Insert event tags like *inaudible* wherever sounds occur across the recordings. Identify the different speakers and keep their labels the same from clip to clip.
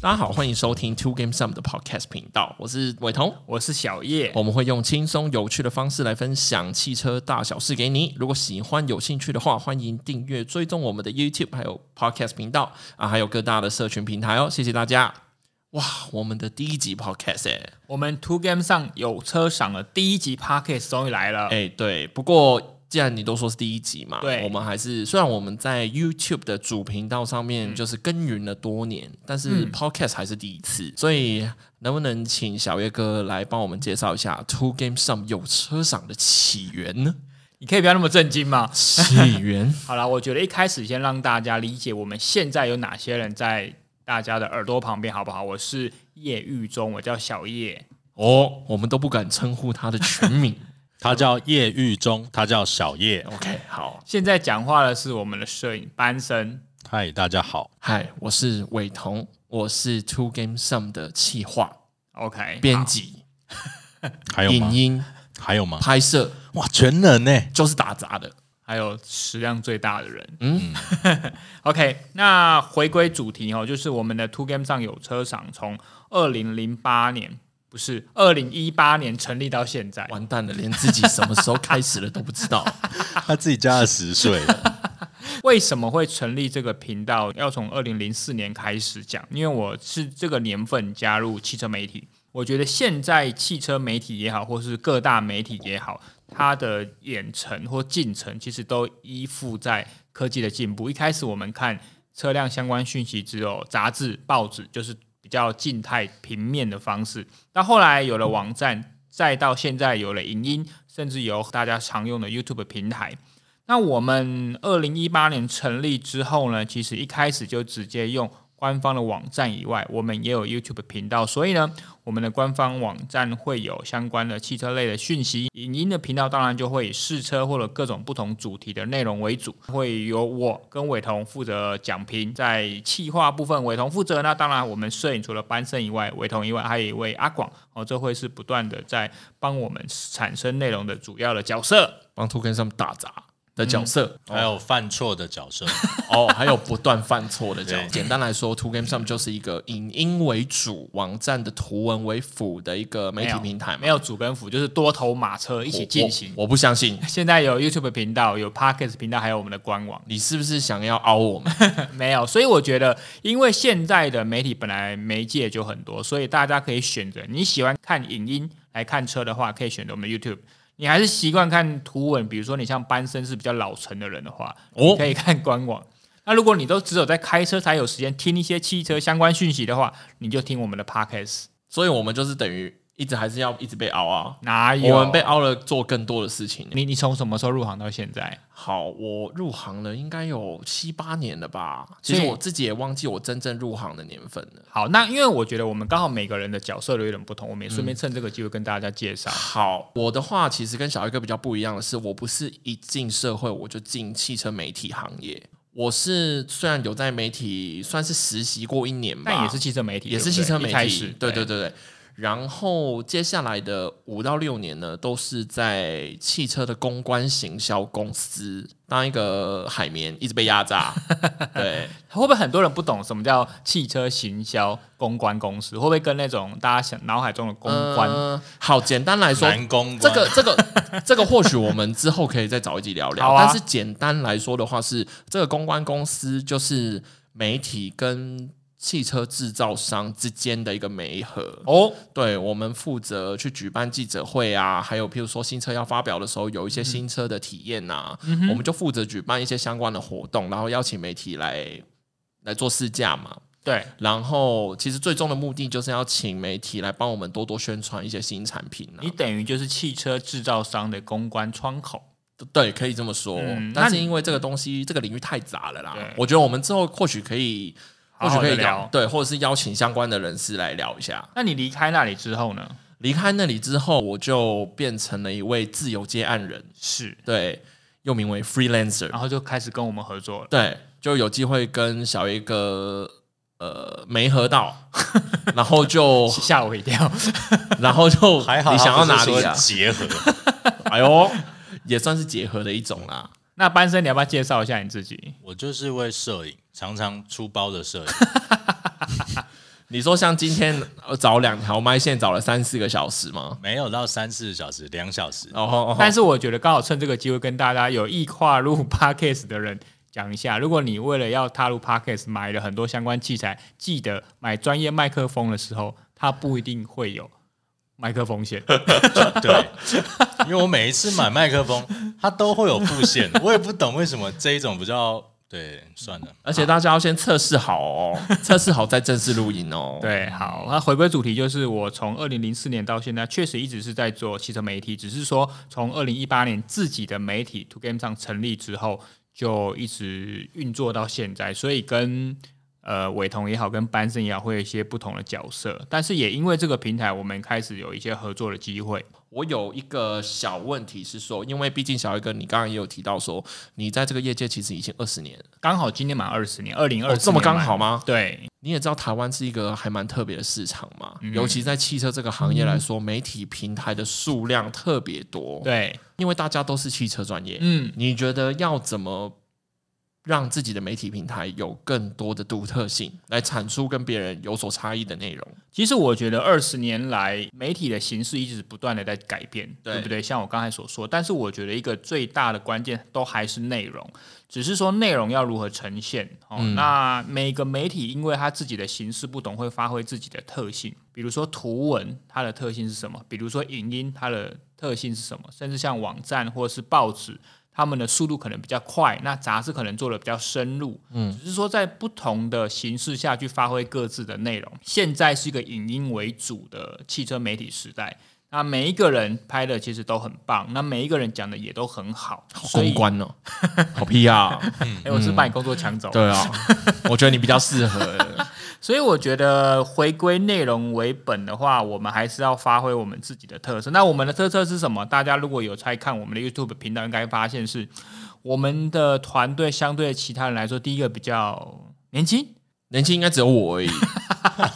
Speaker 1: 大家好，欢迎收听 Two Game Sum 的 Podcast 频道，我是伟彤。
Speaker 2: 我是小叶，
Speaker 1: 我们会用轻松有趣的方式来分享汽车大小事给你。如果喜欢、有兴趣的话，欢迎订阅、追踪我们的 YouTube 还有 Podcast 频道啊，还有各大的社群平台哦。谢谢大家！哇，我们的第一集 Podcast 哎、
Speaker 2: 我们 Two Game 上有车赏的第一集 Podcast 终于来了，
Speaker 1: 哎、对，不过既然你都说是第一集嘛，
Speaker 2: 对
Speaker 1: 我们还是虽然我们在 YouTube 的主频道上面就是耕耘了多年，但是 Podcast 还是第一次，所以能不能请小月哥来帮我们介绍一下 Two Game Sum 有车赏的起源呢？ *laughs*
Speaker 2: 你可以不要那么震惊嘛。
Speaker 1: 起源
Speaker 2: 好了，我觉得一开始先让大家理解我们现在有哪些人在大家的耳朵旁边，好不好？我是叶玉中，我叫小叶，
Speaker 1: 哦，我们都不敢称呼他的全名。
Speaker 3: 他叫叶玉中，他叫小叶。
Speaker 1: *laughs* OK，好，
Speaker 2: 现在讲话的是我们的摄影班生。
Speaker 3: 嗨，大家好，
Speaker 1: 嗨，我是伟彤，我是 Two Game Sum 的企划、
Speaker 2: OK，
Speaker 1: 编
Speaker 2: 好
Speaker 1: 辑、
Speaker 3: 还有
Speaker 1: 影
Speaker 3: 吗？
Speaker 1: 音、
Speaker 3: 还有吗？
Speaker 1: 拍摄，
Speaker 3: 哇，全能欸呢、
Speaker 1: 就是打杂的。
Speaker 2: 还有食量最大的人。
Speaker 1: 嗯
Speaker 2: *laughs* OK，那回归主题哦，就是我们的 Two Game 上有车赏，从二零零八年不是二零一八年成立到现在，
Speaker 1: 完蛋了，连自己什么时候开始了都不知道。
Speaker 3: 他自己加了十岁，
Speaker 2: 为什么会成立这个频道？要从二零零四年开始讲，因为我是这个年份加入汽车媒体。我觉得现在汽车媒体也好，或是各大媒体也好，它的演成或进程其实都依附在科技的进步。一开始我们看车辆相关讯息只有杂志、报纸，就是比较静态平面的方式。到后来有了网站，再到现在有了影音，甚至有大家常用的 YouTube 平台。那我们二零一八年成立之后呢，其实一开始就直接用官方的网站以外，我们也有 YouTube 频道，所以呢，我们的官方网站会有相关的汽车类的讯息，影音的频道当然就会以试车或者各种不同主题的内容为主，会由我跟伟彤负责讲评，在企划部分伟彤负责，那当然我们摄影除了班胜以外，伟彤以外还有一位阿广哦，这会是不断的在帮我们产生内容的主要的角色。
Speaker 1: *laughs* 帮 t o k e n 上打杂的角色、
Speaker 3: 还有犯错的角色。
Speaker 1: 哦，还有不断犯错的角色。
Speaker 3: 对
Speaker 1: 简单来说 t o k e n 上就是一个影音为主、网站的图文为辅的一个媒体平台
Speaker 2: 没
Speaker 1: 嘛。
Speaker 2: 有主跟辅，就是多头马车一
Speaker 1: 一
Speaker 2: 起进行。
Speaker 1: 我我不相信。
Speaker 2: 现在有 YouTube 频道，有 Podcast 频道，还有我们的官网。
Speaker 1: 你是不是想要凹我们？
Speaker 2: 没有，所以我觉得，因为现在的媒体本来媒介就很多，所以大家可以选择你喜欢看影音来看车的话，可以选择我们的 YouTube。你还是习惯看图文，比如说你像班生是比较老成的人的话，
Speaker 1: 哦
Speaker 2: 你可以看官网。那如果你都只有在开车才有时间听一些汽车相关讯息的话，你就听我们的 Podcast。
Speaker 1: 所以我们就是等于一直还是要一直被凹啊。
Speaker 2: 哪有？
Speaker 1: 我们被凹了，做更多的事情。
Speaker 2: 你你从什么时候入行到现在？
Speaker 1: 好，我入行了应该有七八年了吧？其实
Speaker 2: 所以
Speaker 1: 我自己也忘记我真正入行的年份了。
Speaker 2: 好，那因为我觉得我们刚好每个人的角色都有点不同，我们也
Speaker 1: 嗯
Speaker 2: 顺便趁这个机会跟大家介绍。
Speaker 1: 好，我的话其实跟小黑哥比较不一样的是，我不是一进社会我就进汽车媒体行业，我是虽然有在媒体算是实习过一年吧，
Speaker 2: 但也是汽车媒体，
Speaker 1: 也是
Speaker 2: 对不
Speaker 1: 汽
Speaker 2: 对
Speaker 1: 车媒
Speaker 2: 一开
Speaker 1: 体
Speaker 2: 始，，
Speaker 1: 对对对对。然后接下来的五到六年呢，都是在汽车的公关行销公司当一个海绵，一直被压
Speaker 2: *laughs*
Speaker 1: 榨。对，
Speaker 2: 会不会很多人不懂什么叫汽车行销公关公司？会不会跟那种大家想脑海中的公关？
Speaker 1: 呃好，简单来说，
Speaker 3: 男公关
Speaker 1: 这个这个这个，或许我们之后可以再找一集聊聊。
Speaker 2: 好啊
Speaker 1: 但是简单来说的话是，这个公关公司就是媒体跟汽车制造商之间的一个媒合。
Speaker 2: 哦，
Speaker 1: 对我们负责去举办记者会啊，还有譬如说新车要发表的时候，有一些
Speaker 2: 嗯
Speaker 1: 新车的体验啊，我们就负责举办一些相关的活动，然后邀请媒体来来做试驾嘛。
Speaker 2: 对，
Speaker 1: 然后，其实最终的目的就是要请媒体来帮我们多多宣传一些新产品、啊。
Speaker 2: 你等于就是汽车制造商的公关窗口。
Speaker 1: 对，可以这么说。
Speaker 2: 嗯
Speaker 1: 但
Speaker 2: 那
Speaker 1: 是
Speaker 2: 你
Speaker 1: 因为这个东西，这个领域太杂了啦
Speaker 2: 对，
Speaker 1: 我觉得我们之后或许可以，
Speaker 2: 好
Speaker 1: 或
Speaker 2: 好
Speaker 1: 许
Speaker 2: 地
Speaker 1: 可以
Speaker 2: 聊
Speaker 1: 对，或者是邀请相关的人士来聊一下。
Speaker 2: 那你离开那里之后呢？
Speaker 1: 离开那里之后，我就变成了一位自由接案人，
Speaker 2: 是，
Speaker 1: 对，又名为 freelancer，、
Speaker 2: 然后就开始跟我们合作了。
Speaker 1: 对，就有机会跟小一哥呃没合
Speaker 2: *laughs*
Speaker 1: 到，然后就
Speaker 2: 吓我一跳！ *laughs*
Speaker 1: 然后就
Speaker 3: 还好，
Speaker 1: 你想要哪里啊？
Speaker 3: 结合，
Speaker 1: 哎呦，也算是结合的一种啦。
Speaker 2: 那班生，你要不要介绍一下你自己？
Speaker 3: 我就是为摄影，常常出包的摄影。
Speaker 1: 你说像今天呃找两条麦线找了三四个小时吗？
Speaker 3: 没有到三四小时，两
Speaker 1: *laughs*
Speaker 3: 小时。
Speaker 1: 哦吼，哦吼
Speaker 2: 但是我觉得刚好趁这个机会跟大家有意跨入 *laughs* Podcast 的人讲一下，如果你为了要踏入 Podcast 买了很多相关器材，记得买专业麦克风的时候，它不一定会有麦克风线。
Speaker 3: 对，因为我每一次买麦克风，它都会有付线，我也不懂为什么这一种比较。对，算了，
Speaker 1: 而且大家要先测试好哦， *laughs*
Speaker 2: *laughs*
Speaker 1: 测试好再正式录音哦。，
Speaker 2: 啊对，好，那回归主题，就是我从二零零四年到现在，确实一直是在做汽车媒体，只是说从二零一八年自己的媒体 To Game 上成立之后，就一直运作到现在，所以跟呃伟彤也好，跟班森也好，会有一些不同的角色，但是也因为这个平台，我们开始有一些合作的机会。
Speaker 1: 我有一个小问题是说，因为毕竟小一哥，你刚刚也有提到说，你在这个业界其实已经二十年了，
Speaker 2: 刚好今年满二十年，二零二
Speaker 1: 哦，这么刚好？吗？
Speaker 2: 对，
Speaker 1: 你也知道台湾是一个还蛮特别的市场嘛，
Speaker 2: 嗯
Speaker 1: 尤其在汽车这个行业来说，媒体平台的数量特别多，
Speaker 2: 对，
Speaker 1: 因为大家都是汽车专业。
Speaker 2: 嗯，
Speaker 1: 你觉得要怎么让自己的媒体平台有更多的独特性，来产出跟别人有所差异的内容？
Speaker 2: 其实我觉得二十年来媒体的形式一直不断的在改变，
Speaker 1: 对
Speaker 2: 对不对？像我刚才所说，但是我觉得一个最大的关键都还是内容，只是说内容要如何呈现。哦，
Speaker 1: 嗯
Speaker 2: 那每个媒体因为它自己的形式不同，会发挥自己的特性。比如说图文，它的特性是什么？比如说影音，它的特性是什么？甚至像网站或是报纸，他们的速度可能比较快，那杂志可能做的比较深入，嗯，只是说在不同的形式下去发挥各自的内容。现在是一个影音为主的汽车媒体时代，那每一个人拍的其实都很棒，那每一个人讲的也都很好，
Speaker 1: 好
Speaker 2: 所以
Speaker 1: 公，关哦， *laughs* 好屁啊！
Speaker 2: 哎、我是把你工作抢走了，
Speaker 1: 对啊，我觉得你比较适合。
Speaker 2: 所以我觉得回归内容为本的话，我们还是要发挥我们自己的特色。那我们的特色是什么？大家如果有在看我们的 YouTube 频道，应该发现是我们的团队相对其他人来说，第一个比较年轻，
Speaker 1: 年轻应该只有我而已，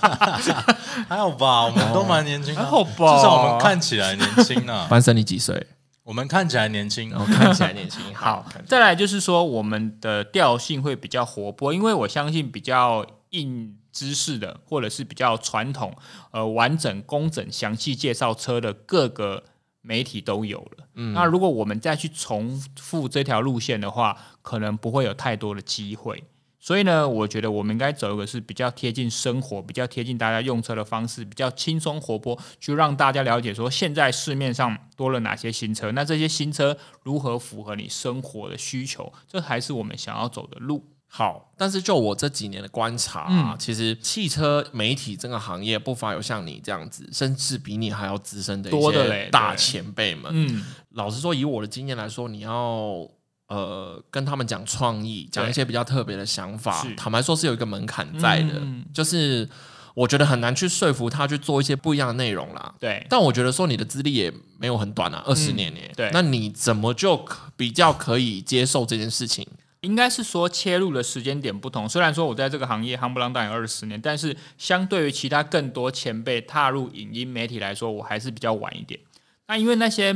Speaker 3: 还好吧，我们都蛮年轻的，啊
Speaker 2: 还好吧
Speaker 3: 至少我们看起来年轻啊，
Speaker 1: 班生你几岁？
Speaker 3: 我们看起来年轻
Speaker 1: 然。后看起来年轻。
Speaker 2: 好
Speaker 1: 看，起来
Speaker 2: 再来就是说我们的调性会比较活泼，因为我相信比较硬知识的，或者是比较传统、呃完整、工整、详细介绍车的各个媒体都有了。那如果我们再去重复这条路线的话，可能不会有太多的机会。所以呢，我觉得我们应该走一个是比较贴近生活、比较贴近大家用车的方式，比较轻松活泼，去让大家了解说现在市面上多了哪些新车，那这些新车如何符合你生活的需求，这还是我们想要走的路。
Speaker 1: 好，但是就我这几年的观察、啊，其实汽车媒体这个行业不乏有像你这样子，甚至比你还要资深的一
Speaker 2: 多的
Speaker 1: 些
Speaker 2: 嘞
Speaker 1: 大
Speaker 2: 对
Speaker 1: 前辈们。
Speaker 2: 嗯，
Speaker 1: 老实说，以我的经验来说，你要呃跟他们讲创意，讲一些比较特别的想法
Speaker 2: 是，
Speaker 1: 坦白说是有一个门槛在的，
Speaker 2: 嗯
Speaker 1: 就是我觉得很难去说服他去做一些不一样的内容啦。
Speaker 2: 对，
Speaker 1: 但我觉得说你的资历也没有很短啊，二十年耶、
Speaker 2: 对
Speaker 1: 那你怎么就可比较可以接受这件事情？
Speaker 2: 应该是说切入的时间点不同。虽然说我在这个行业夯不啷当有二十年，但是相对于其他更多前辈踏入影音媒体来说，我还是比较晚一点。那因为那些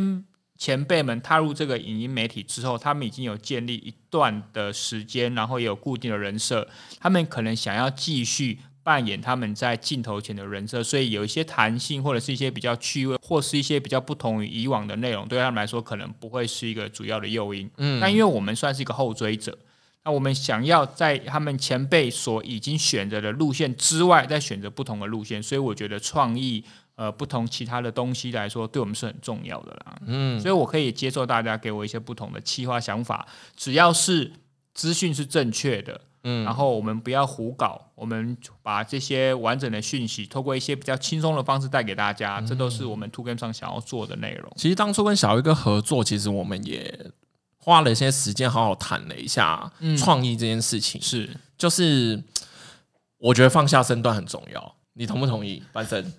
Speaker 2: 前辈们踏入这个影音媒体之后，他们已经有建立一段的时间，然后也有固定的人设，他们可能想要继续。扮演他们在镜头前的人设，所以有一些弹性，或者是一些比较趣味，或是一些比较不同于以往的内容，对他们来说可能不会是一个主要的诱因。嗯，但因为我们算是一个后追者，那我们想要在他们前辈所已经选择的路线之外，再选择不同的路线，所以我觉得创意呃不同其他的东西来说，对我们是很重要的啦。嗯，所以我可以接受大家给我一些不同的企划想法，只要是资讯是正确的。嗯，然后我们不要胡搞，我们把这些完整的讯息，透过一些比较轻松的方式带给大家，这都是我们 Two Game 上想要做的内容。
Speaker 1: 其实当初跟小鱼哥合作，其实我们也花了一些时间好好谈了一下创意这件事情。
Speaker 2: 是，
Speaker 1: *laughs* 就是我觉得放下身段很重要，你同不同意，班森？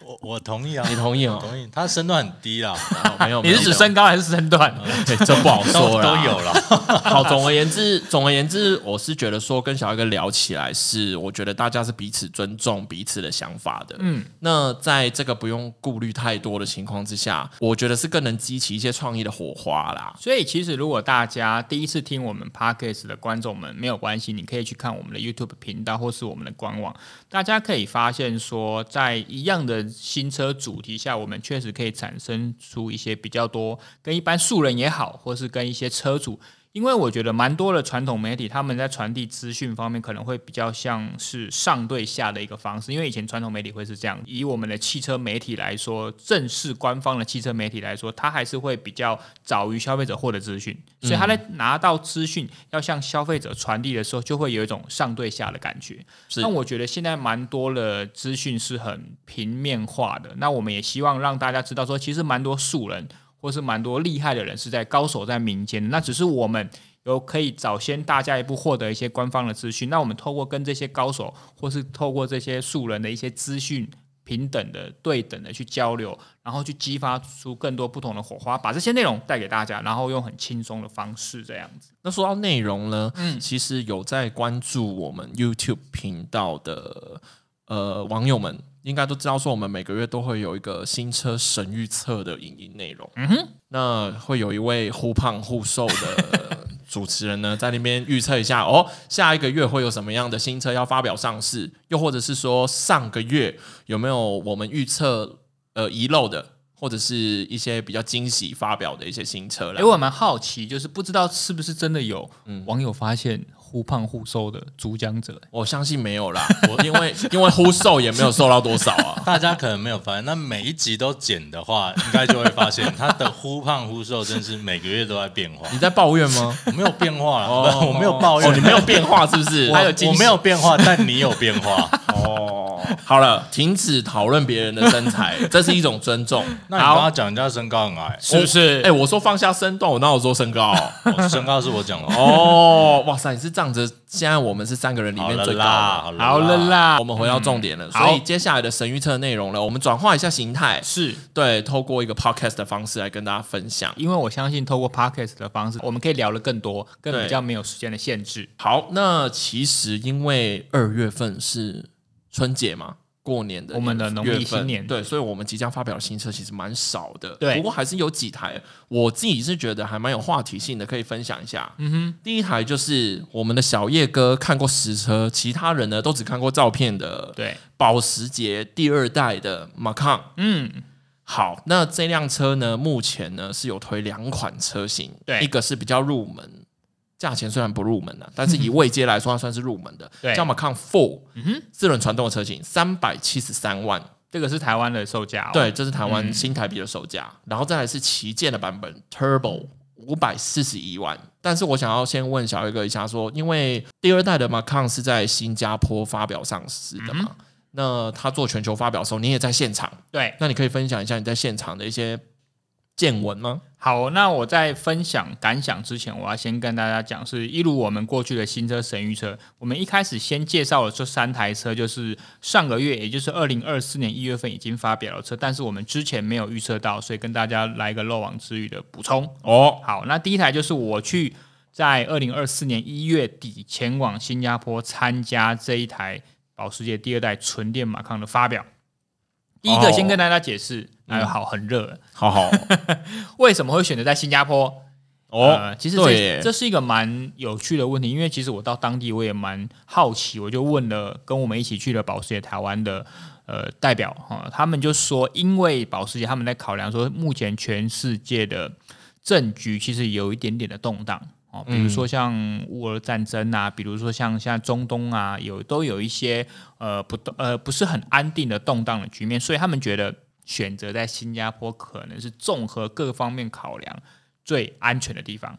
Speaker 3: 我我同意啊，
Speaker 1: 你同意
Speaker 3: 我
Speaker 1: 哦？
Speaker 3: 同意，他身段很
Speaker 1: *laughs*
Speaker 3: 低啦，
Speaker 1: 哦没有，
Speaker 2: 你是指
Speaker 1: *laughs*
Speaker 2: 身高还是身段？
Speaker 1: 没有？对这不好
Speaker 3: 都
Speaker 1: 说
Speaker 3: 都
Speaker 1: 哦啦。
Speaker 3: 有啦。
Speaker 1: *laughs* 好，总而言之，总而言之，我是觉得说跟小黑哥聊起来是，我觉得大家是彼此尊重彼此的想法的。
Speaker 2: 嗯，
Speaker 1: 那在这个不用顾虑太多的情况之下，我觉得是更能激起一些创意的火花啦。
Speaker 2: 所以其实如果大家第一次听我们 podcast 的观众们没有关系，你可以去看我们的 YouTube 频道或是我们的官网，大家可以发现说，在一样的新车主题下，我们确实可以产生出一些比较多跟一般素人也好，或是跟一些车主。因为我觉得蛮多的传统媒体，他们在传递资讯方面可能会比较像是上对下的一个方式。因为以前传统媒体会是这样，以我们的汽车媒体来说，正式官方的汽车媒体来说，它还是会比较早于消费者获得资讯，所以它在拿到资讯要向消费者传递的时候，就会有一种上对下的感觉。
Speaker 1: 是
Speaker 2: 那我觉得现在蛮多的资讯是很平面化的，那我们也希望让大家知道说，其实蛮多素人或是蛮多厉害的人是在高手在民间的，那只是我们有可以早先大家一步获得一些官方的资讯，那我们透过跟这些高手或是透过这些素人的一些资讯。平等的、对等的去交流，然后去激发出更多不同的火花，把这些内容带给大家，然后用很轻松的方式这样子。
Speaker 1: 那说到内容呢，其实有在关注我们 YouTube 频道的呃网友们，应该都知道说我们每个月都会有一个新车神预测的影音内容。嗯哼，那会有一位忽胖忽瘦 *laughs* 的主持人呢，在那边预测一下哦，下一个月会有什么样的新车要发表上市，又或者是说上个月有没有我们预测呃遗漏的，或者是一些比较惊喜发表的一些新车啦
Speaker 2: 哎，。我蛮好奇，就是不知道是不是真的有
Speaker 1: 嗯
Speaker 2: 网友发现忽胖忽瘦的主讲者、
Speaker 1: 我相信没有啦，我因为因为忽瘦也没有瘦到多少
Speaker 3: *laughs*
Speaker 1: 啊。
Speaker 3: *laughs* 大家可能没有发现，那每一集都剪
Speaker 1: *laughs*
Speaker 3: 的话，应该就会发现他的忽胖忽瘦，真是每个月都
Speaker 1: *laughs*
Speaker 3: 在变化
Speaker 1: 你。在抱怨吗？
Speaker 3: 我没有变化啦，
Speaker 1: 哦
Speaker 3: 不 *laughs* 我没有抱怨，
Speaker 1: 哦，你没有变化是不是？
Speaker 3: *laughs* 我，
Speaker 1: 还有
Speaker 3: 我没有变化，但你有变
Speaker 1: *laughs*
Speaker 3: 化。
Speaker 1: 哦。好了，停止讨论别人的身材，这是一种尊重，
Speaker 3: 那你刚刚讲人家身高很矮，
Speaker 2: 是不是
Speaker 1: 哎、？我说放下身段，我哪有说身高？啊
Speaker 3: 我身高是我讲的。
Speaker 1: 哦，哇塞，你是这样子。现在我们是三个人里
Speaker 3: 好
Speaker 1: 面
Speaker 3: 了
Speaker 1: 最高
Speaker 3: 啦，
Speaker 1: 的。
Speaker 2: 好了
Speaker 3: 啦，
Speaker 2: 啦，
Speaker 1: 我们回到重点了，
Speaker 2: 好
Speaker 1: 所以接下来的神预测内容呢，我们转化一下形态，
Speaker 2: 是
Speaker 1: 对，透过一个 podcast 的方式来跟大家分享。
Speaker 2: 因为我相信透过 podcast 的方式，我们可以聊得更多，更
Speaker 1: 对
Speaker 2: 比较没有时间的限制。
Speaker 1: 好，那其实因为二月份是春节嘛，过年的
Speaker 2: 我们的农历
Speaker 1: 月份
Speaker 2: 新年
Speaker 1: 对，所以我们即将发表的新车其实蛮少的，
Speaker 2: 对
Speaker 1: 不过还是有几台，我自己是觉得还蛮有话题性的，可以分享一下。嗯哼，第一台就是我们的小叶哥看过实车，其他人呢都只看过照片的，，
Speaker 2: 对，
Speaker 1: 保时捷第二代的 Macan。
Speaker 2: 嗯，
Speaker 1: 好，那这辆车呢，目前呢是有推两款车型，
Speaker 2: 对
Speaker 1: 一个是比较入门，价钱虽然不入门啊，但是以位阶来说，它算是入门的，
Speaker 2: 对嗯
Speaker 1: 叫 Macan Four，、四轮传动的车型，三百七十三万，
Speaker 2: 这个是台湾的售价、哦。
Speaker 1: 对，，这是台湾新台币的售价，然后再来是旗舰的版本 Turbo。五
Speaker 2: 嗯
Speaker 1: 百四十一万，但是我想要先问小黑哥一下说因为第二代的 Macan 是在新加坡发表上市
Speaker 2: 嗯
Speaker 1: 的嘛，那它做全球发表的时候，你也在现场，
Speaker 2: 对，
Speaker 1: 那你可以分享一下你在现场的一些见闻吗？
Speaker 2: 好，那我在分享感想之前，我要先跟大家讲，是一如我们过去的新车神预车，我们一开始先介绍了这三台车，就是上个月，也就是二零二四年一月份已经发表了车，但是我们之前没有预测到，所以跟大家来个漏网之鱼的补充。
Speaker 1: 哦，
Speaker 2: 好，那第一台就是我去在二零二四年一月底前往新加坡参加这一台保时捷第二代纯电马康的发表。第一个
Speaker 1: 哦
Speaker 2: 先跟大家解释，哎呦好，很热了，
Speaker 1: 好好
Speaker 2: 为什么会选择在新加坡？
Speaker 1: 哦
Speaker 2: 呃，，其实
Speaker 1: 对
Speaker 2: 这
Speaker 1: 耶
Speaker 2: 这是一个蛮有趣的问题，因为其实我到当地我也蛮好奇，我就问了跟我们一起去的保时捷台湾的呃代表哈、他们就说，因为保时捷他们在考量说，目前全世界的政局其实有一点点的动荡。哦，比如说像乌俄战争啊，比如说像现在中东啊，有都有一些呃不呃不是很安定的动荡的局面，所以他们觉得选择在新加坡可能是综合各方面考量最安全的地方，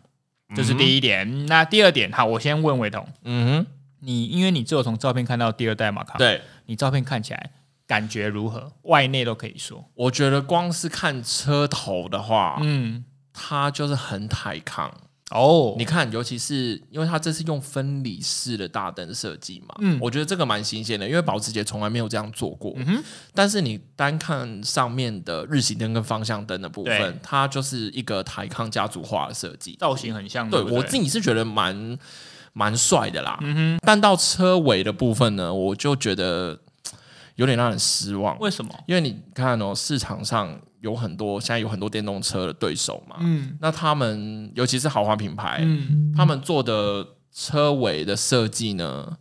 Speaker 2: 这是第一点。那第二点，好，我先问伟彤，
Speaker 1: 嗯
Speaker 2: 你因为你只有从照片看到第二代马卡，
Speaker 1: 哼，，对，
Speaker 2: 你照片看起来感觉如何？外内都可以说，
Speaker 1: 我觉得光是看车头的话，
Speaker 2: 嗯，
Speaker 1: 它就是很泰康，
Speaker 2: 哦
Speaker 1: 你，看，尤其是因为它这次用分离式的大灯设计嘛，
Speaker 2: 嗯
Speaker 1: 我觉得这个蛮新鲜的，因为保时捷从来没有这样做过。但是你单看上面的日行灯跟方向灯的部
Speaker 2: 对
Speaker 1: 分，它就是一个台康家族化的设计。
Speaker 2: 造型很像，
Speaker 1: 对
Speaker 2: 不嗯
Speaker 1: 我自己是觉得蛮蛮帅的啦。但到车尾的部分呢，我就觉得嘖有点让人失望，
Speaker 2: 为什么？
Speaker 1: 因为你看哦，市场上有很多现在有很多电动车的对手嘛，
Speaker 2: 嗯
Speaker 1: 那他们尤其是豪华品牌，
Speaker 2: 嗯，
Speaker 1: 他们做的车尾的设计呢，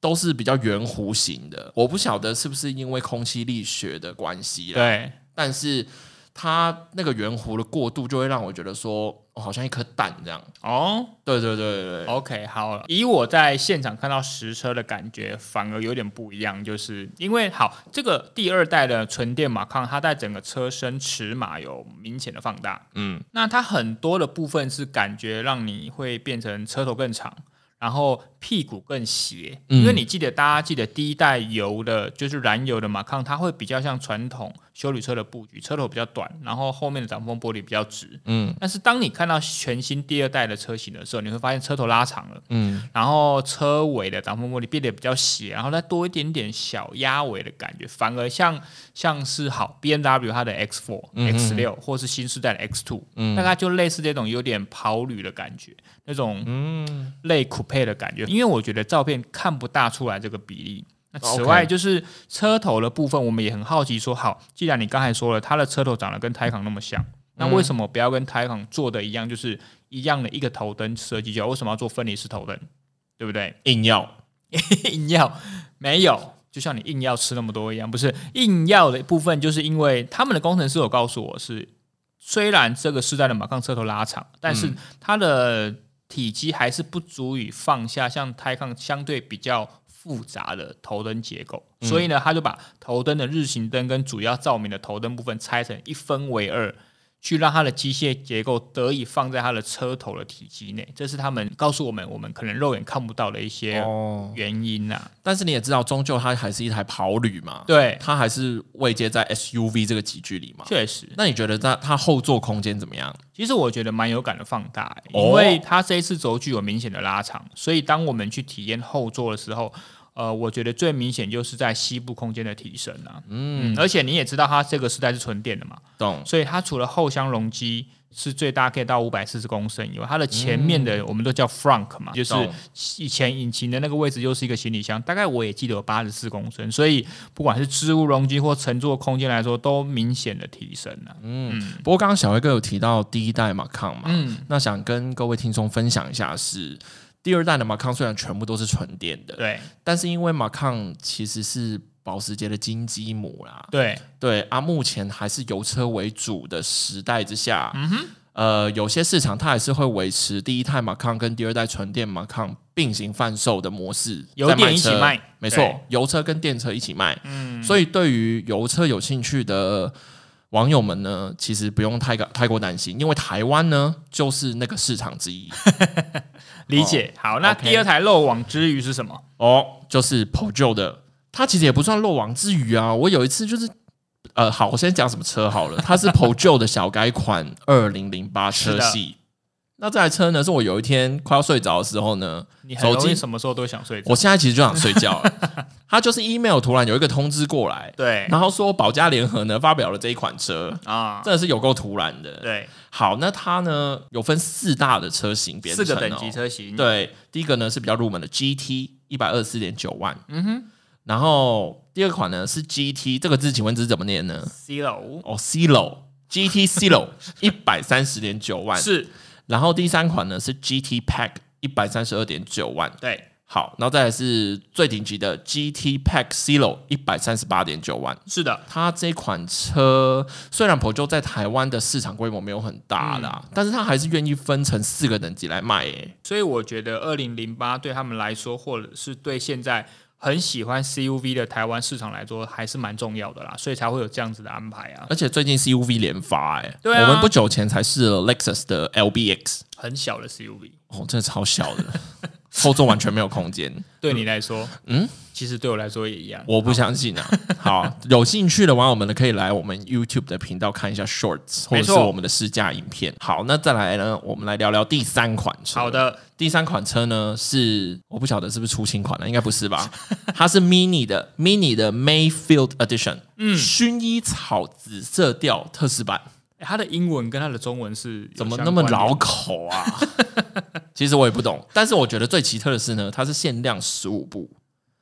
Speaker 1: 都是比较圆弧形的。我不晓得是不是因为空气力学的关系啦，
Speaker 2: 对，
Speaker 1: 但是它那个圆弧的过渡就会让我觉得说，哦，好像一颗蛋这样。
Speaker 2: 哦
Speaker 1: 对对对对对，
Speaker 2: ，OK，好了。以我在现场看到实车的感觉，反而有点不一样，就是因为好，这个第二代的纯电马抗，它在整个车身尺码有明显的放大，
Speaker 1: 嗯，
Speaker 2: 那它很多的部分是感觉让你会变成车头更长，然后屁股更斜，
Speaker 1: 嗯
Speaker 2: 因为你记得大家记得第一代油的，就是燃油的马抗，它会比较像传统修理车的布局，车头比较短，然后后面的挡风玻璃比较直。
Speaker 1: 嗯
Speaker 2: 但是当你看到全新第二代的车型的时候，你会发现车头拉长了，
Speaker 1: 嗯，
Speaker 2: 然后车尾的挡风玻璃变得比较斜，然后再多一点点小压尾的感觉，反而像像是好 B M W 它的 X Four、X
Speaker 1: 嗯
Speaker 2: 六或是新时代的 X Two，、大概就类似这种有点跑旅的感觉，那种
Speaker 1: 嗯
Speaker 2: 类 coupe 的感觉。因为我觉得照片看不大出来这个比例。那此
Speaker 1: 哦 OK
Speaker 2: 外，就是车头的部分，我们也很好奇说，好，既然你刚才说了，它的车头长得跟 Taycan 那么
Speaker 1: 嗯
Speaker 2: 像，那为什么不要跟 Taycan 做的一样，就是一样的一个头灯设计就好？哦为什么要做分离式头灯？对不对？
Speaker 1: 硬要，
Speaker 2: *laughs* 硬要没有，就像你硬要吃那么多一样，不是硬要的部分，就是因为他们的工程师有告诉我是，虽然这个世代的马抗车头拉长，但是它的体积还是不足以放下像胎抗相对比较。复杂的头灯结构，所以呢，他就把头灯的日行灯跟主要照明的头灯部分拆成一分为二，去让它的机械结构得以放在它的车头的体积内。这是他们告诉我们，我们可能肉眼看不到的一些
Speaker 1: 哦。
Speaker 2: 原因啊呐、
Speaker 1: 但是你也知道，终究它还是一台跑旅嘛，，
Speaker 2: 对，
Speaker 1: 它还是位接在 SUV 这个级距里嘛。
Speaker 2: 确实，
Speaker 1: 那你觉得它它后座空间怎么样？
Speaker 2: 其实我觉得蛮有感的放大、欸
Speaker 1: 哦
Speaker 2: 因为它这一次轴距有明显的拉长，所以当我们去体验后座的时候。呃，我觉得最明显就是在膝部空间的提升啊，嗯，而且你也知道它这个时代是纯电的嘛，
Speaker 1: 懂？
Speaker 2: 所以它除了后箱容积是最大可以到五百四十公升以外，它的前面的我们都叫 frunk 嘛，就是
Speaker 1: 嗯懂
Speaker 2: 以前引擎的那个位置又是一个行李箱，大概我也记得有八十四公升，所以不管是置物容积或乘坐空间来说，都明显的提升啊了、
Speaker 1: 嗯不过刚刚小黑哥有提到第一代马康嘛，
Speaker 2: 嗯
Speaker 1: 那想跟各位听众分享一下是。第二代的马康虽然全部都是纯电的，
Speaker 2: 对
Speaker 1: 但是因为马康其实是保时捷的金鸡母啦，
Speaker 2: 对，
Speaker 1: 对啊，目前还是油车为主的时代之下，
Speaker 2: 嗯
Speaker 1: 呃，有些市场它还是会维持第一代马康跟第二代纯电马康并行贩售的模式，
Speaker 2: 有
Speaker 1: 在
Speaker 2: 点一起
Speaker 1: 车
Speaker 2: 卖
Speaker 1: 没
Speaker 2: 对嗯
Speaker 1: 错，油车跟电车一起卖。所以对于油车有兴趣的网友们呢，其实不用太个太过担心，因为台湾呢就是那个市场之一
Speaker 2: 理解。好，那
Speaker 1: 哦 OK
Speaker 2: 第二台漏网之鱼是什么？
Speaker 1: 哦，就是 Peugeot 的，它其实也不算漏网之鱼啊。我有一次就是。呃，好，我先讲什么车好了。它是 Peugeot 的小改
Speaker 2: *laughs*
Speaker 1: 款二零零八
Speaker 2: 是
Speaker 1: 车
Speaker 2: 的
Speaker 1: 系。那这台车呢，是我有一天快要睡着的时候呢，
Speaker 2: 你很
Speaker 1: 手
Speaker 2: 容易
Speaker 1: 机，
Speaker 2: 什么时候都想睡着。
Speaker 1: 我现在其实就想睡觉
Speaker 2: *laughs*
Speaker 1: 了。它就是 email 突然有一个通知过来，
Speaker 2: 对
Speaker 1: 然后说保加联合呢发表了这一款车，
Speaker 2: 啊，
Speaker 1: 真的是有够突然的。
Speaker 2: 对，
Speaker 1: 好，那它呢有分四大的车型编
Speaker 2: 四
Speaker 1: 成、哦，
Speaker 2: 个等级车型。，
Speaker 1: 对，第一个呢是比较入门的 GT，一百二十四点九万。嗯哼。然后第二款呢是 GT，这个字请问这是怎么念呢？
Speaker 2: ，Zero
Speaker 1: 哦，Cilo GT *laughs* Cilo 一百三十点九万。
Speaker 2: 是，
Speaker 1: 然后第三款呢是 GT Pack 一百三十二点九万。
Speaker 2: 对，
Speaker 1: 好，然后再来是最顶级的 GT Pack Cilo 一百三十八点九万。
Speaker 2: 是的，
Speaker 1: 它这款车虽然 p o j o 在台湾的市场规模没有很大啦，但是它还是愿意分成四个等级来卖诶、
Speaker 2: 所以我觉得二零零八对他们来说，或者是对现在很喜欢 CUV 的台湾市场来说，还是蛮重要的啦，所以才会有这样子的安排啊。
Speaker 1: 而且最近 CUV 连发、欸，哎、
Speaker 2: 对啊
Speaker 1: 我们不久前才试了 Lexus 的 LBX，
Speaker 2: 很小的 CUV， *laughs*
Speaker 1: 哦，真的超小的，后座完全没有空间。
Speaker 2: 对你来说，嗯，其实对我来说也一样。
Speaker 1: 我不相信啊！好，有兴趣的网友们呢，可以来我们 YouTube 的频道看一下 Shorts，或者
Speaker 2: 没
Speaker 1: 是
Speaker 2: 错
Speaker 1: 我们的试驾影片。好，那再来呢，我们来聊聊第三款车。
Speaker 2: 好，的，
Speaker 1: 第三款车呢是我不晓得是不是出新款啊了，应该不是吧？它是 Mini 的 Mini 的 Mayfield Edition，嗯，薰衣草紫色调特仕版。
Speaker 2: 欸它的英文跟它的中文是有
Speaker 1: 怎么
Speaker 2: 相
Speaker 1: 那么
Speaker 2: 关联
Speaker 1: 老口啊？ *laughs* 其实我也不懂，但是我觉得最奇特的是呢，它是限量十五部，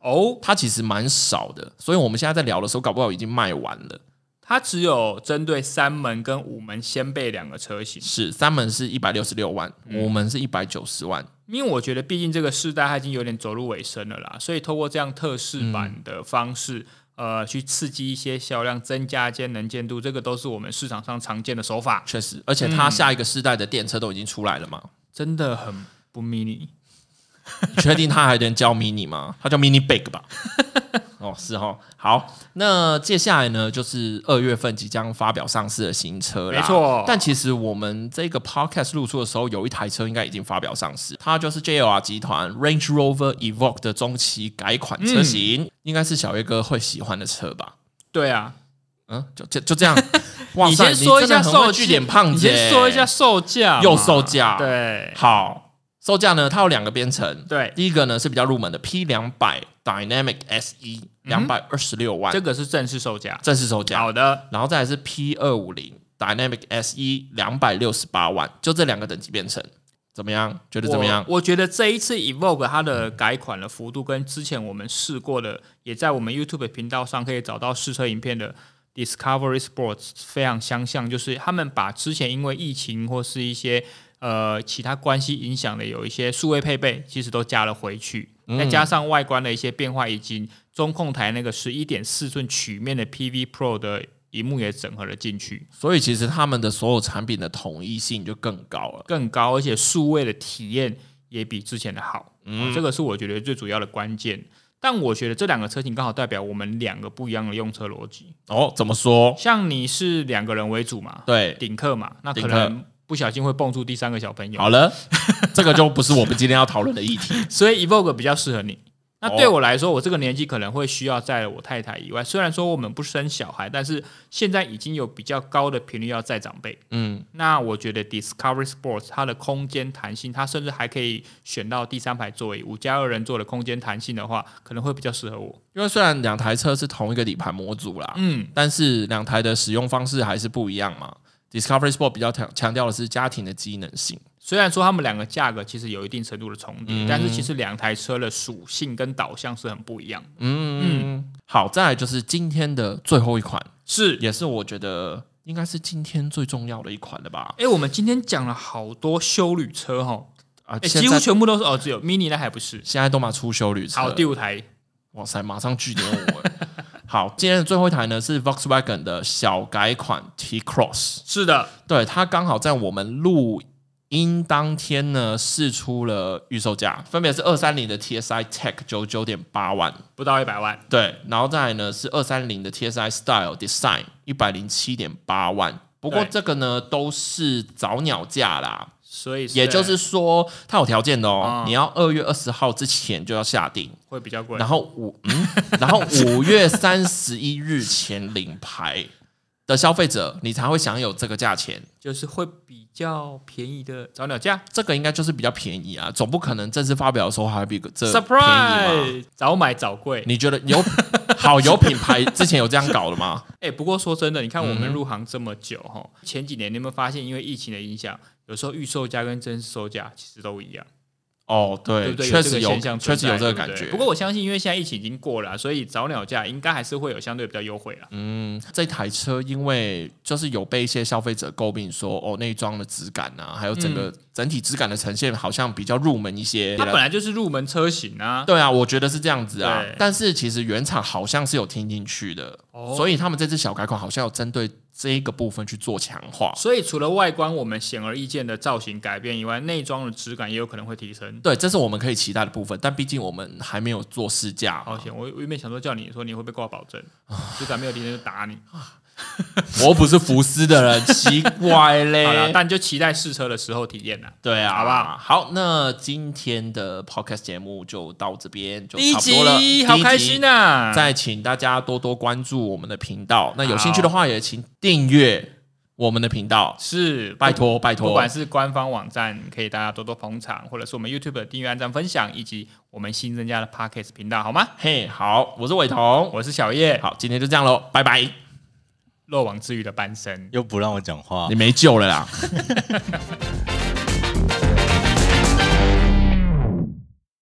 Speaker 2: 哦？
Speaker 1: 它其实蛮少的，所以我们现在在聊的时候，搞不好已经卖完了。
Speaker 2: 它只有针对三门跟五门掀背两个车型，
Speaker 1: 是三门是一百六十六万，五门是一百九十万，
Speaker 2: 因为我觉得毕竟这个世代它已经有点走入尾声了啦，所以透过这样特仕版的方式。呃，去刺激一些销量，增加一些能见度，这个都是我们市场上常见的手法，
Speaker 1: 确实，而且它下一个世代的电车都已经出来了嘛。
Speaker 2: 真的很不 mini。
Speaker 1: 你确定它还能叫 mini 吗？它叫 mini big 吧？哦，是哦。好，那接下来呢，就是二月份即将发表上市的新车啦。
Speaker 2: 没错
Speaker 1: 但其实我们这个 podcast 录出的时候，有一台车应该已经发表上市，它就是 JLR 集团 Range Rover Evoque 的中期改款车型，
Speaker 2: 嗯
Speaker 1: 应该是小月哥会喜欢的车吧？
Speaker 2: 对啊，
Speaker 1: 嗯，就就就这
Speaker 2: *laughs*
Speaker 1: 样。哇
Speaker 2: 你
Speaker 1: 塞，
Speaker 2: 先说一下
Speaker 1: 你真的很
Speaker 2: 售
Speaker 1: 会
Speaker 2: 价
Speaker 1: 据点胖
Speaker 2: 你
Speaker 1: 子耶、
Speaker 2: 先说一下售价嘛，
Speaker 1: 又售价
Speaker 2: 对
Speaker 1: 好，售价呢，它有两个编程，
Speaker 2: 对，
Speaker 1: 第一个呢是比较入门的 P 两百 Dynamic SE，两百二十六万，
Speaker 2: 这个是正式售价。
Speaker 1: 正式售价，
Speaker 2: 嗯好的，
Speaker 1: 然后再来是 P 二五零 Dynamic SE，两百六十八万，就这两个等级变成怎么样？觉得怎么样？
Speaker 2: 我？我觉得这一次 Evoque 它的改款的幅度跟之前我们试过的，也在我们 YouTube 频道上可以找到试车影片的 Discovery Sports 非常相像，就是他们把之前因为疫情或是一些呃其他关系影响的有一些数位配备，其实都加了回去，
Speaker 1: 嗯
Speaker 2: 再加上外观的一些变化，以及中控台那个十一点四寸曲面的 PV Pro 的荧幕也整合了进去。
Speaker 1: 所以其实他们的所有产品的统一性就更高了。
Speaker 2: 更高，而且数位的体验也比之前的好。嗯、这个是我觉得最主要的关键。但我觉得这两个车型刚好代表我们两个不一样的用车逻辑。
Speaker 1: 哦，怎么说？
Speaker 2: 像你是两个人为主嘛，
Speaker 1: 对，
Speaker 2: 顶客嘛，那可
Speaker 1: 顶客
Speaker 2: 能不小心会蹦出第三个小朋友，
Speaker 1: 好了， *laughs* 这个就不是我们今天要讨论的议题。
Speaker 2: 所以 Evoque 比较适合你。那
Speaker 1: 哦
Speaker 2: 对我来说，我这个年纪可能会需要在我太太以外，虽然说我们不生小孩，但是现在已经有比较高的频率要载长辈。
Speaker 1: 嗯，
Speaker 2: 那我觉得 Discovery Sports 它的空间弹性，它甚至还可以选到第三排座椅，五加二人座的空间弹性的话，可能会比较适合我。
Speaker 1: 因为虽然两台车是同一个底盘模组啦，
Speaker 2: 嗯，
Speaker 1: 但是两台的使用方式还是不一样嘛。Discovery Sport 比较强强调的是家庭的机能性，
Speaker 2: 虽然说它们两个价格其实有一定程度的重叠，
Speaker 1: 嗯
Speaker 2: 但是其实两台车的属性跟导向是很不一样的。
Speaker 1: 嗯，好，再来就是今天的最后一款，
Speaker 2: 是，
Speaker 1: 也是我觉得应该是今天最重要的一款了吧？
Speaker 2: 哎、我们今天讲了好多修旅车哈，
Speaker 1: 啊，
Speaker 2: 哎、
Speaker 1: 现
Speaker 2: 几乎
Speaker 1: 在
Speaker 2: 全部都是哦，只有 Mini 那还不是。
Speaker 1: 现在都嘛出修旅车，
Speaker 2: 好，第五台
Speaker 1: 哇塞，马上据点我欸。好，今天的最后一台呢是 Volkswagen 的小改款 T Cross，
Speaker 2: 是的，
Speaker 1: 对，它刚好在我们录音当天呢试出了预售价，分别是二三零的 TSI Tech 九九点八万，
Speaker 2: 不到一百万，
Speaker 1: 对，然后再来呢是二三零的 TSI Style Design 一百零七点八万。不过
Speaker 2: 对
Speaker 1: 这个呢都是早鸟价啦，
Speaker 2: 所以
Speaker 1: 也就是说它有条件的哦，
Speaker 2: 嗯
Speaker 1: 你要二月二十号之前就要下定，
Speaker 2: 会比较贵
Speaker 1: 然。后五嗯，然后五月三十一日前领牌的消费者，你才会享有这个价钱。
Speaker 2: 就是会比较便宜的早鸟价
Speaker 1: 这个应该就是比较便宜啊，总不可能正式发表的时候还比这便宜嘛？
Speaker 2: ，surprise，早买早贵。
Speaker 1: 你觉得有好有品牌之前有这样搞的吗？
Speaker 2: 哎、不过说真的，你看我
Speaker 1: 嗯
Speaker 2: 们入行这么久哈，前几年你有没有发现，因为疫情的影响，有时候预售价跟真实售价其实都一样，
Speaker 1: 哦，
Speaker 2: 对
Speaker 1: 对，
Speaker 2: 不对？
Speaker 1: 确
Speaker 2: 这
Speaker 1: 实
Speaker 2: 个
Speaker 1: 有，
Speaker 2: 现象
Speaker 1: 确
Speaker 2: 存
Speaker 1: 实
Speaker 2: 在，
Speaker 1: 有这个
Speaker 2: 对不
Speaker 1: 感
Speaker 2: 对
Speaker 1: 觉。
Speaker 2: 不过我相信，因为现在疫情已经过了啊，所以早鸟价应该还是会有相对比较优惠了。
Speaker 1: 嗯，这台车因为就是有被一些消费者诟病说，哦，内装的质感啊，还有
Speaker 2: 嗯
Speaker 1: 整个整体质感的呈现，好像比较入门一些。
Speaker 2: 它本来就是入门车型啊，
Speaker 1: 对啊，我觉得是这样子啊
Speaker 2: 对。
Speaker 1: 但是其实原厂好像是有听进去的，
Speaker 2: 哦
Speaker 1: 所以他们这次小改款好像有针对这个部分去做强化。
Speaker 2: 所以除了外观我们显而易见的造型改变以外，内装的质感也有可能会提升。
Speaker 1: 对，这是我们可以期待的部分，但毕竟我们还没有做试驾嘛。哦 *laughs*
Speaker 2: 好险！我我原本想说叫你说你会不会挂保证，质感没有提升就打你。
Speaker 1: 我不是福斯的人，奇怪
Speaker 2: *laughs* 好啦，
Speaker 1: 嘞。
Speaker 2: 但就期待试车的时候体验啦。
Speaker 1: 对啊，
Speaker 2: 好不好？
Speaker 1: 好，那今天的 podcast 节目就到这边，就
Speaker 2: 第一
Speaker 1: 差不多了。
Speaker 2: 集好开心
Speaker 1: 啊！
Speaker 2: 呐！
Speaker 1: 再请大家多多关注我们的频道，那有兴趣的话也请订阅我们的频道，
Speaker 2: 是
Speaker 1: 拜，托拜
Speaker 2: 不不
Speaker 1: 托
Speaker 2: 管。是官方网站，可以大家多多捧场，或者是我们 YouTube 的订阅、按赞、分享，以及我们新增加的 Podcast 频道，好吗？
Speaker 1: 嘿好，我是伟彤，
Speaker 2: 我是小叶，
Speaker 1: 好，今天就这样喽，拜拜。
Speaker 2: 漏网之鱼的半身。
Speaker 3: 又不让我讲话
Speaker 1: 你。没救了啦。